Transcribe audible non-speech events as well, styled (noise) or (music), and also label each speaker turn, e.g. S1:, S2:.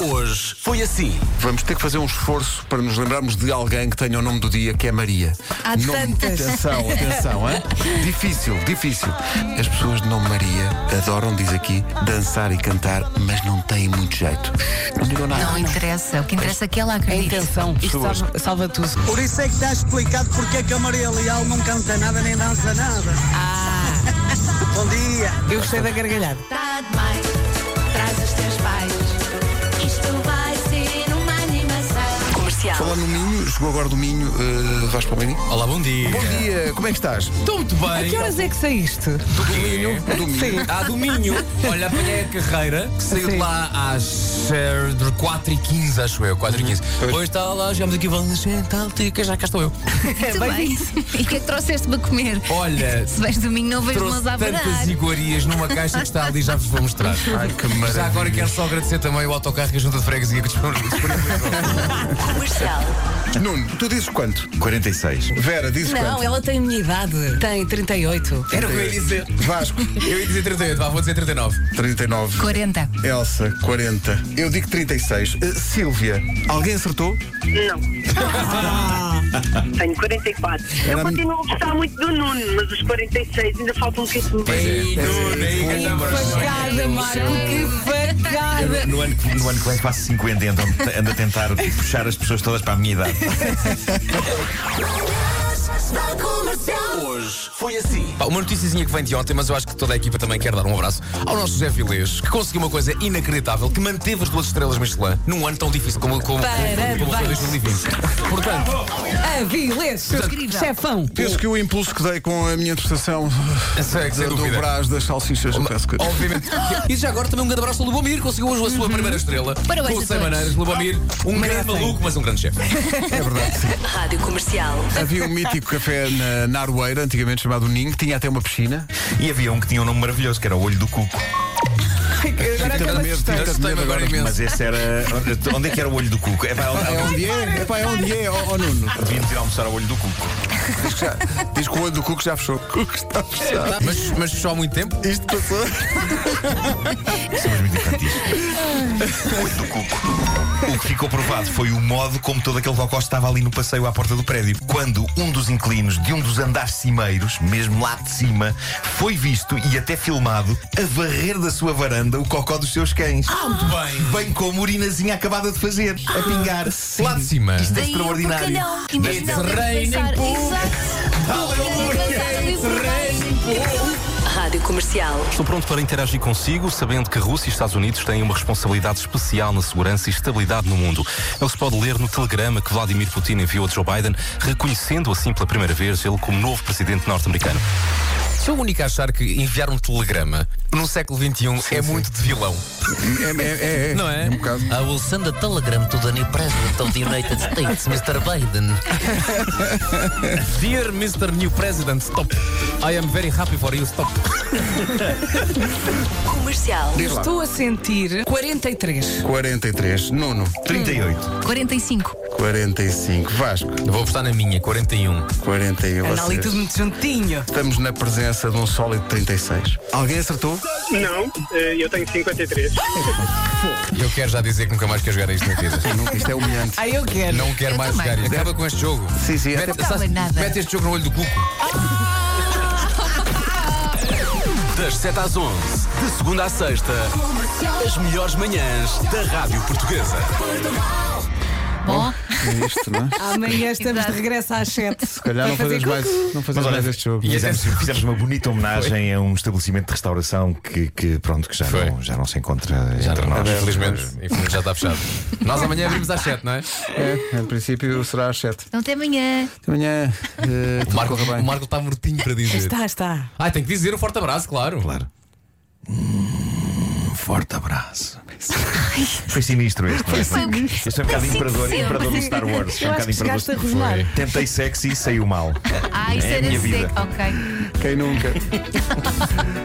S1: Hoje foi assim.
S2: Vamos ter que fazer um esforço para nos lembrarmos de alguém que tenha o nome do dia, que é Maria.
S3: Há
S2: nome...
S3: tantas.
S2: Atenção,
S1: (laughs)
S2: atenção, hein? Difícil, difícil. As pessoas de nome Maria adoram, diz aqui, dançar e cantar, mas não têm muito jeito. Não digam nada.
S4: Não interessa, o que interessa é que ela
S3: A
S4: acredita.
S2: Então,
S3: intenção. Isto
S2: Pessoas.
S3: salva, salva tudo.
S5: Por isso é que está explicado porque é que a Maria Leal não canta nada nem dança nada.
S4: Ah,
S5: Bom dia.
S3: Eu gostei da gargalhada.
S6: Tá demais, traz os teus pais. Isto vai ser uma animação.
S4: comercial.
S2: Falar no Minho, chegou agora do Minho, eh, vais para o Minho?
S1: Olá, bom dia.
S2: Bom dia, como é que estás?
S1: Estou muito
S3: A
S1: bem.
S3: que horas é que saíste?
S1: Do Minho.
S2: Do Minho.
S3: Sim.
S1: Ah, do Minho. Olha, apanhei a carreira que saiu de
S3: Sim.
S1: lá às eh, 4h15, acho eu. 4h15. Hoje está lá, chegamos aqui, vamos sentar, tica, já cá estou eu.
S4: Muito bem. (laughs) E o que é que trouxeste-me a comer?
S1: Olha,
S4: Se vens domingo, não vejo
S1: trouxe
S4: mãos à
S1: tantas
S4: verdade.
S1: iguarias numa caixa que está ali, já vos vou mostrar.
S2: Ai, que maravilha.
S1: Já agora quero só agradecer também o autocarro e a junta de freguesia que disponibilizou.
S4: Comercial.
S2: Nuno, tu dizes quanto?
S7: 46.
S2: Vera, dizes
S3: Não,
S2: quanto?
S3: ela tem a minha idade. Tem 38.
S1: Era o que eu ia dizer.
S2: Vasco,
S1: Eu ia dizer 38, vá, vou dizer 39.
S2: 39.
S4: 40.
S2: Elsa, 40. Eu digo 36. Eh, Silvia, alguém acertou?
S8: Tenho 44.
S2: Era-
S8: Eu continuo a gostar muito do Nuno, mas os 46 ainda falta um bocadinho.
S1: Ei, Nuno, aí que andamos.
S3: Facada, Marco, que facada.
S7: No ano, que- no ano que vem faço 50 e ando, ando a tentar puxar as pessoas todas para a minha idade.
S1: Hoje foi assim. Pá, uma noticiazinha que vem de ontem, mas eu acho que toda a equipa também quer dar um abraço ao nosso José Vilês, que conseguiu uma coisa inacreditável, que manteve as duas estrelas Michelin num ano tão difícil como, como, como, como foi
S3: Parabéns.
S1: 2020. Portanto,
S3: A Vilês,
S4: Incrível.
S3: chefão.
S2: Penso que o impulso que dei com a minha prestação
S1: sem, sem
S2: do, do
S1: dúvida.
S2: brás das salsichas, eu peço que...
S1: um
S2: (laughs)
S1: Obviamente. E já agora também um grande abraço ao Lubomir, conseguiu hoje a sua primeira estrela.
S4: Parabéns
S1: Com
S4: a
S1: 100
S4: todos.
S1: maneiras, Lubomir, um grande maluco, mas um grande chefe.
S4: Rádio comercial.
S2: Havia um mítico café na, na Aroeira, antigamente chamado Ninho, que tinha até uma piscina.
S7: E havia um que tinha um nome maravilhoso, que era o Olho do Cuco.
S3: Agora
S2: Fica de
S3: acabas
S2: medo,
S3: de
S2: fica de
S1: Assustei-me
S2: medo
S1: agora
S2: agora.
S1: imenso.
S7: Mas esse era. Onde é que era o Olho do Cuco? É pá,
S2: É
S7: alguém
S2: onde é? É pá, é onde é, ó ó, Nuno.
S7: devíamos ir almoçar ao Olho do Cuco.
S2: Diz que, já, diz que (laughs) o olho do Cuco já fechou. Cuco está fechado.
S1: Mas, mas só há muito tempo.
S2: Isto passou.
S7: Somos muito infantis. Olho do Cuco. O que ficou provado foi o modo como todo aquele cocó estava ali no passeio à porta do prédio. Quando um dos inquilinos de um dos andares cimeiros, mesmo lá de cima, foi visto e até filmado a varrer da sua varanda o cocó dos seus cães.
S1: Muito bem.
S7: Ah, Bem como a urinazinha acabada de fazer, a pingar.
S1: Lá de cima.
S7: Isto é
S4: Daí o
S7: extraordinário.
S4: bacalhau.
S7: Deste-
S4: Ainda não devo
S1: rei nem
S4: pensar.
S1: pum.
S4: Exato. Rádio comercial.
S9: Estou pronto para interagir consigo, sabendo que Rússia e Estados Unidos têm uma responsabilidade especial na segurança e estabilidade no mundo. É o que se pode ler no telegrama que Vladimir Putin enviou a Joe Biden, reconhecendo assim pela primeira vez ele como novo presidente norte-americano.
S1: Sou o único a achar que enviar um telegrama no século XXI é muito de vilão.
S2: É, é, é, é.
S1: Não é?
S2: um bocado.
S10: I will send a telegram to the new president of the United States, Mr. Biden.
S1: (laughs) Dear Mr. New President, stop. I am very happy for you, stop.
S4: Comercial.
S3: Estou a sentir 43.
S2: 43. Nuno,
S7: 38.
S4: 45.
S2: 45. Vasco,
S1: Eu vou apostar na minha, 41.
S2: 41.
S3: Anda ali
S2: vocês.
S3: tudo muito juntinho.
S2: Estamos na presença de um sólido 36. Alguém acertou?
S8: Não, Eh, eu tenho 53.
S1: Eu quero já dizer que nunca mais quero jogar a isto na vida.
S2: Não, Isto é humilhante.
S3: Aí Ah, eu quero.
S1: Não quero
S4: Eu
S1: mais
S4: também.
S1: jogar isto. Acaba com este jogo.
S2: Sim, sim.
S1: Mete,
S4: acaba
S1: sabes-
S4: nada.
S1: mete este jogo no olho do cuco.
S9: (laughs) Das 7 às 11, de segunda à sexta, as melhores manhãs da Rádio Portuguesa.
S4: Bom,
S2: É isto, não é?
S3: Amanhã estamos de regresso às 7. Se
S2: Calhar não fazes mais, não fazes
S7: Mas olha,
S2: mais este jogo.
S7: E fizemos, fizemos
S1: (laughs)
S7: uma bonita homenagem a um estabelecimento de restauração que, que, pronto, que já,
S1: Foi.
S7: não, já não se encontra entre nós.
S1: Infelizmente, infelizmente já está fechado. Nós amanhã abrimos às 7, não é?
S2: É, em princípio será às 7.
S4: então até amanhã.
S2: Até Amanhã, eh,
S1: O
S2: tudo
S1: Marco,
S2: corre bem.
S1: o Marco está mortinho para dizer.
S3: Está, Tá, está.
S1: Ah, tem que dizer um forte abraço, claro.
S7: Claro. Um forte abraço. Foi sinistro este, não é?
S4: Foi o que-
S7: Este foi um bocado
S4: Sinto
S7: imperador,
S4: sempre.
S7: imperador do Star Wars. Foi
S3: Eu
S7: um
S3: acho
S7: bocado
S3: que
S7: imperador.
S3: chegaste a rosnar.
S7: Tentei sexy e saiu mal.
S4: Ah, isso
S7: É a
S4: era
S7: minha vida.
S4: seco. Ok.
S2: Quem nunca?